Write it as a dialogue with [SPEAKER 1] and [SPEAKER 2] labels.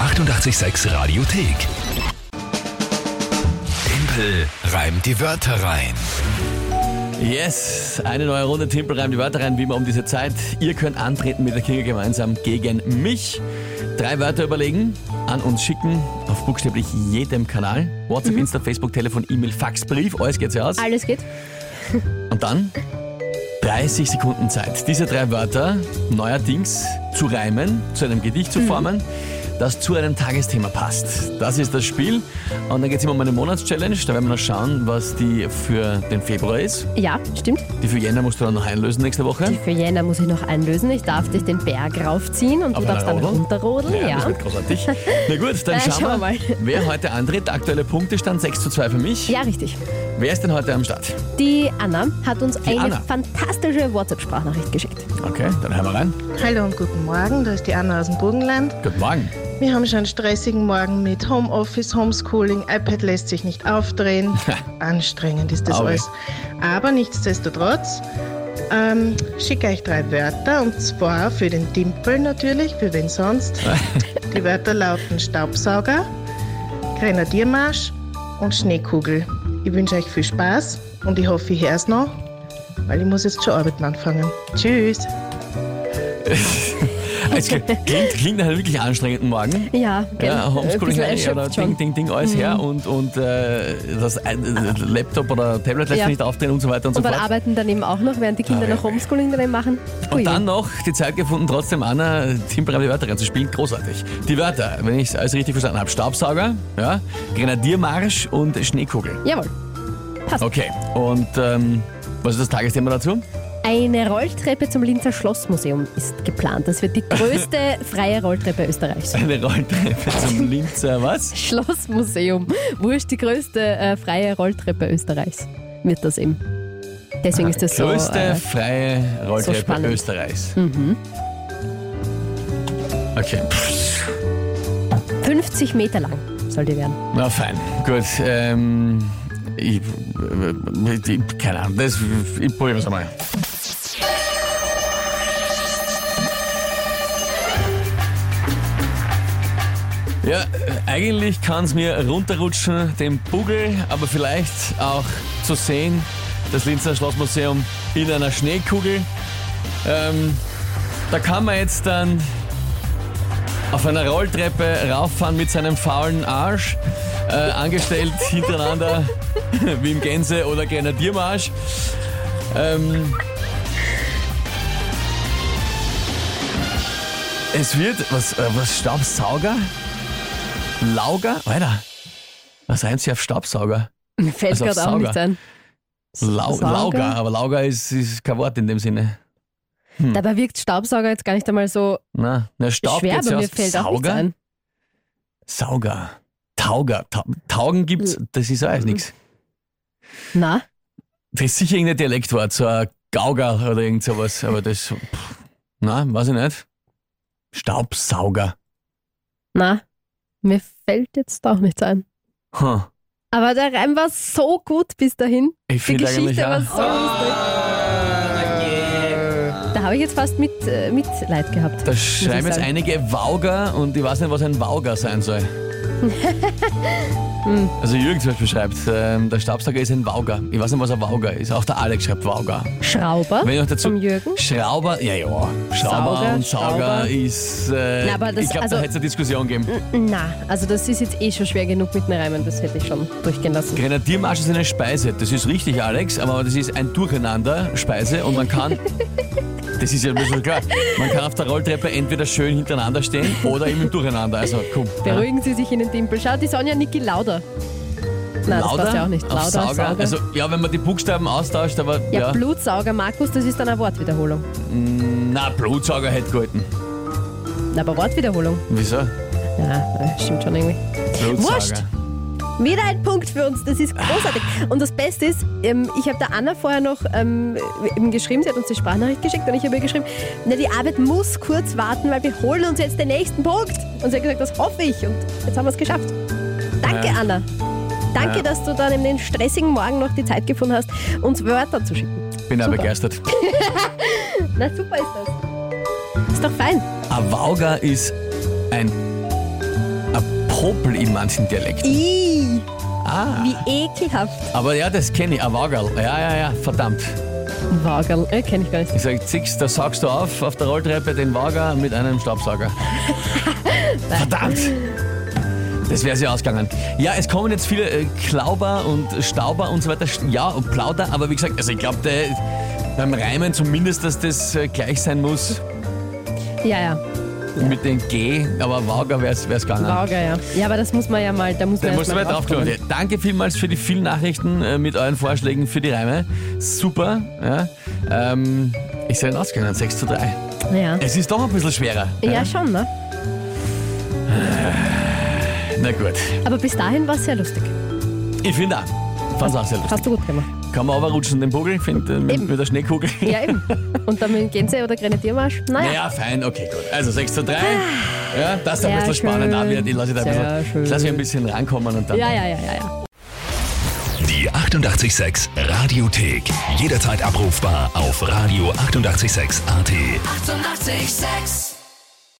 [SPEAKER 1] 886 Radiothek. Tempel reimt die Wörter rein.
[SPEAKER 2] Yes, eine neue Runde. Timpel reimt die Wörter rein, wie immer um diese Zeit. Ihr könnt antreten mit der Kinga gemeinsam gegen mich. Drei Wörter überlegen, an uns schicken, auf buchstäblich jedem Kanal. WhatsApp, Insta, Facebook, Telefon, E-Mail, Fax, Brief, alles geht's ja aus.
[SPEAKER 3] Alles geht.
[SPEAKER 2] Und dann 30 Sekunden Zeit, diese drei Wörter neuerdings zu reimen, zu einem Gedicht zu formen, das zu einem Tagesthema passt. Das ist das Spiel. Und dann geht es immer um eine Monatschallenge. Da werden wir noch schauen, was die für den Februar ist.
[SPEAKER 3] Ja, stimmt.
[SPEAKER 2] Die für Jänner musst du dann noch einlösen nächste Woche.
[SPEAKER 3] Für Jänner muss ich noch einlösen. Ich darf dich den Berg raufziehen und
[SPEAKER 2] Auf
[SPEAKER 3] du darfst
[SPEAKER 2] einer
[SPEAKER 3] dann
[SPEAKER 2] Rodel?
[SPEAKER 3] runterrodeln. Ja.
[SPEAKER 2] das wird großartig. Na gut, dann schauen,
[SPEAKER 3] Na, schauen
[SPEAKER 2] wir
[SPEAKER 3] wir mal.
[SPEAKER 2] wer heute antritt. Aktuelle Punktestand 6 zu 2 für mich.
[SPEAKER 3] Ja, richtig.
[SPEAKER 2] Wer ist denn heute am Start?
[SPEAKER 3] Die Anna hat uns eine
[SPEAKER 2] Anna.
[SPEAKER 3] fantastische WhatsApp-Sprachnachricht geschickt.
[SPEAKER 2] Okay, dann hören wir rein.
[SPEAKER 4] Hallo und guten Morgen, da ist die Anna aus dem Burgenland.
[SPEAKER 2] Guten Morgen.
[SPEAKER 4] Wir haben schon einen stressigen Morgen mit Homeoffice, Homeschooling, iPad lässt sich nicht aufdrehen. Anstrengend ist das
[SPEAKER 2] Au weh.
[SPEAKER 4] alles. Aber nichtsdestotrotz ähm, schicke euch drei Wörter und zwar für den Dimpel natürlich, für wen sonst. die Wörter lauten Staubsauger, Grenadiermarsch und Schneekugel. Ich wünsche euch viel Spaß und ich hoffe, ich höre es noch, weil ich muss jetzt schon arbeiten anfangen. Tschüss!
[SPEAKER 2] Es klingt, klingt nach einem wirklich anstrengenden Morgen.
[SPEAKER 3] Ja, gell?
[SPEAKER 2] Ja, Homeschooling Handy
[SPEAKER 3] Ein bisschen Mhm.
[SPEAKER 2] oder
[SPEAKER 3] erschöpft
[SPEAKER 2] Ding,
[SPEAKER 3] schon.
[SPEAKER 2] Ding, Ding, alles her und, und äh, das ein, äh, Laptop oder Tablet lässt
[SPEAKER 3] Ja.
[SPEAKER 2] nicht aufdrehen und so weiter und, so
[SPEAKER 3] Und dann
[SPEAKER 2] fort.
[SPEAKER 3] arbeiten dann eben auch noch, während die Kinder
[SPEAKER 2] Ah, ja.
[SPEAKER 3] noch Homeschooling daneben machen. Ui.
[SPEAKER 2] Und dann noch die Zeit gefunden, trotzdem Anna Timbrem die Wörter reinzuspielen. Großartig. Die Wörter, wenn ich es alles richtig verstanden habe. Staubsauger, ja, Grenadiermarsch und Schneekugel.
[SPEAKER 3] Jawohl. Passt.
[SPEAKER 2] Okay, und ähm, was ist das Tagesthema dazu?
[SPEAKER 3] Eine Rolltreppe zum Linzer Schlossmuseum ist geplant. Das wird die größte freie Rolltreppe Österreichs.
[SPEAKER 2] Eine Rolltreppe zum Linzer, was?
[SPEAKER 3] Schlossmuseum. Wurscht, die größte äh, freie Rolltreppe Österreichs wird das eben. Deswegen ist das so.
[SPEAKER 2] Größte
[SPEAKER 3] äh,
[SPEAKER 2] freie Rolltreppe
[SPEAKER 3] spannend. Mhm.
[SPEAKER 2] Österreichs. Okay.
[SPEAKER 3] 50 Meter lang soll die werden.
[SPEAKER 2] Na fein, gut. Ähm, ich, äh, ich, keine Ahnung, das, ich probiere es einmal. Ja, äh, eigentlich kann es mir runterrutschen, den Bugel, aber vielleicht auch zu sehen, das Linzer Schlossmuseum in einer Schneekugel. Ähm, da kann man jetzt dann auf einer Rolltreppe rauffahren mit seinem faulen Arsch, äh, angestellt hintereinander wie im Gänse- oder Grenadiermarsch. Ähm, es wird, was, äh, was, Staubsauger? Lauger? Weiter. Was reimt sich auf Staubsauger?
[SPEAKER 3] Mir fällt
[SPEAKER 2] Also auf
[SPEAKER 3] gerade auch
[SPEAKER 2] Sauger.
[SPEAKER 3] nichts ein.
[SPEAKER 2] Lau
[SPEAKER 3] Sauger?
[SPEAKER 2] Lauger, aber Lauger ist, ist kein Wort in dem Sinne.
[SPEAKER 3] Dabei wirkt Staubsauger jetzt gar nicht einmal so
[SPEAKER 2] Na, na Staub
[SPEAKER 3] schwer,
[SPEAKER 2] geht's
[SPEAKER 3] aber
[SPEAKER 2] ja
[SPEAKER 3] mir
[SPEAKER 2] aus
[SPEAKER 3] fällt auch nichts
[SPEAKER 2] Sauger?
[SPEAKER 3] ein.
[SPEAKER 2] Sauger. Tauger. Ta Taugen gibt's,
[SPEAKER 3] Hm.
[SPEAKER 2] das ist alles nichts.
[SPEAKER 3] Na,
[SPEAKER 2] Das ist sicher irgendein Dialektwort, so ein Gauger oder irgend sowas, aber das, pff, na, weiß ich nicht. Staubsauger.
[SPEAKER 3] na, mir fällt jetzt auch nichts ein.
[SPEAKER 2] Hm.
[SPEAKER 3] Aber der Reim war so gut bis dahin.
[SPEAKER 2] Ich
[SPEAKER 3] Die
[SPEAKER 2] finde eigentlich
[SPEAKER 3] Geschichte war
[SPEAKER 2] auch,
[SPEAKER 3] so lustig. Ah, Da habe ich jetzt fast mit, äh, Mitleid gehabt.
[SPEAKER 2] da
[SPEAKER 3] muss ich
[SPEAKER 2] schreiben jetzt
[SPEAKER 3] sagen.
[SPEAKER 2] einige Wauger und ich weiß nicht, was ein Wauger sein soll.
[SPEAKER 3] Hm.
[SPEAKER 2] also Jürgen zum Beispiel schreibt, ähm, der Staubsauger ist ein Wauger. Ich weiß nicht, was ein Wauger ist. Auch der Alex schreibt Wauger.
[SPEAKER 3] Schrauber
[SPEAKER 2] Wenn ich noch dazu
[SPEAKER 3] vom Jürgen.
[SPEAKER 2] Schrauber, ja, ja. Schrauber
[SPEAKER 3] Sauger,
[SPEAKER 2] und Sauger
[SPEAKER 3] Schrauber.
[SPEAKER 2] ist. Äh,
[SPEAKER 3] Na, aber das-
[SPEAKER 2] ich glaube,
[SPEAKER 3] also-
[SPEAKER 2] da hätte es eine Diskussion gegeben.
[SPEAKER 3] Na, also das ist jetzt eh schon schwer genug mit den Reimen, das hätte ich schon durchgehen lassen.
[SPEAKER 2] Grenadiermarsch ist eine Speise. Das ist richtig, Alex, aber das ist ein Durcheinander-Speise und man kann. Das ist ja ein bisschen klar. Man kann auf der Rolltreppe entweder schön hintereinander stehen oder eben im Durcheinander. Also komm.
[SPEAKER 3] Beruhigen Sie sich in den Dimpel. Schaut, die Sonja Niki Lauder. Nein, das passt ja auch nicht.
[SPEAKER 2] auf
[SPEAKER 3] Lauder,
[SPEAKER 2] Sauger.
[SPEAKER 3] Sauger.
[SPEAKER 2] Also ja, wenn man die Buchstaben austauscht, aber
[SPEAKER 3] ja,
[SPEAKER 2] ja.
[SPEAKER 3] Blutsauger, Markus, das ist dann eine Wortwiederholung.
[SPEAKER 2] Na, Blutsauger hätte gehalten.
[SPEAKER 3] Na, aber Wortwiederholung.
[SPEAKER 2] Wieso?
[SPEAKER 3] Ja, äh, stimmt schon irgendwie.
[SPEAKER 2] Blutsauger.
[SPEAKER 3] Wurscht. Wieder ein Punkt für uns, das ist großartig. Und das Beste ist, ähm, ich habe der Anna vorher noch ähm, eben geschrieben, sie hat uns die Sprachnachricht geschickt und ich habe ihr geschrieben, na, die Arbeit muss kurz warten, weil wir holen uns jetzt den nächsten Punkt. Und sie hat gesagt, das hoffe ich und jetzt haben wir es geschafft. Danke,
[SPEAKER 2] Ja.
[SPEAKER 3] Anna. Danke,
[SPEAKER 2] Ja.
[SPEAKER 3] dass du dann in den stressigen Morgen noch die Zeit gefunden hast, uns Wörter zu schicken.
[SPEAKER 2] Bin ja
[SPEAKER 3] Super.
[SPEAKER 2] begeistert.
[SPEAKER 3] Na, super ist das. Ist doch fein.
[SPEAKER 2] Ein Wauger ist ein Popel in manchen Dialekten.
[SPEAKER 3] Ih,
[SPEAKER 2] Ah.
[SPEAKER 3] wie ekelhaft.
[SPEAKER 2] Aber ja, das kenne ich, ein Wagerl. Ja, ja, ja, verdammt.
[SPEAKER 3] Wagerl, äh, kenne ich gar nicht.
[SPEAKER 2] Ich sage, Zix, da saugst du auf, auf der Rolltreppe den Wager mit einem Staubsauger. verdammt! Das wäre sie ausgegangen. Ja, es kommen jetzt viele äh, Klauber und Stauber und so weiter. St- Ja, und Plauder, aber wie gesagt, also ich glaube, beim Reimen zumindest, dass das äh, gleich sein muss
[SPEAKER 3] Ja, ja,
[SPEAKER 2] mit dem G, aber Wager wäre es gegangen.
[SPEAKER 3] Wager, ja. Ja, aber das muss man ja mal, da muss man
[SPEAKER 2] Da
[SPEAKER 3] erst
[SPEAKER 2] musst du mal drauf
[SPEAKER 3] draufkommen.
[SPEAKER 2] kommen. Danke vielmals für die vielen Nachrichten äh, mit euren Vorschlägen für die Reime. Super. Ja. Ähm, ich sei ausgegangen, 6 zu 3.
[SPEAKER 3] Ja.
[SPEAKER 2] Es ist doch ein bisschen schwerer.
[SPEAKER 3] ja, schon, ne?
[SPEAKER 2] Na gut.
[SPEAKER 3] Aber bis dahin war es sehr lustig.
[SPEAKER 2] Ich finde auch. Fand's auch sehr lustig.
[SPEAKER 3] Hast du gut gemacht.
[SPEAKER 2] Kann man aber rutschen, den Vogel, find, äh, mit,
[SPEAKER 3] Eben.
[SPEAKER 2] mit der Schneekugel.
[SPEAKER 3] Ja, eben. Und dann mit Gänse oder Grenadiermarsch? Naja.
[SPEAKER 2] Naja, fein, okay, gut. Also 6 zu 3. Ja, das ist ein
[SPEAKER 3] Ah. Sehr
[SPEAKER 2] bisschen spannend. auch
[SPEAKER 3] schön.
[SPEAKER 2] wird. Ich lasse da ein
[SPEAKER 3] Sehr
[SPEAKER 2] bisschen, ich lass mich ein bisschen rankommen und dann.
[SPEAKER 3] Ja, ja, ja, ja, ja.
[SPEAKER 1] Die 886 Radiothek. Jederzeit abrufbar auf radio886.at. 886!
[SPEAKER 5] 886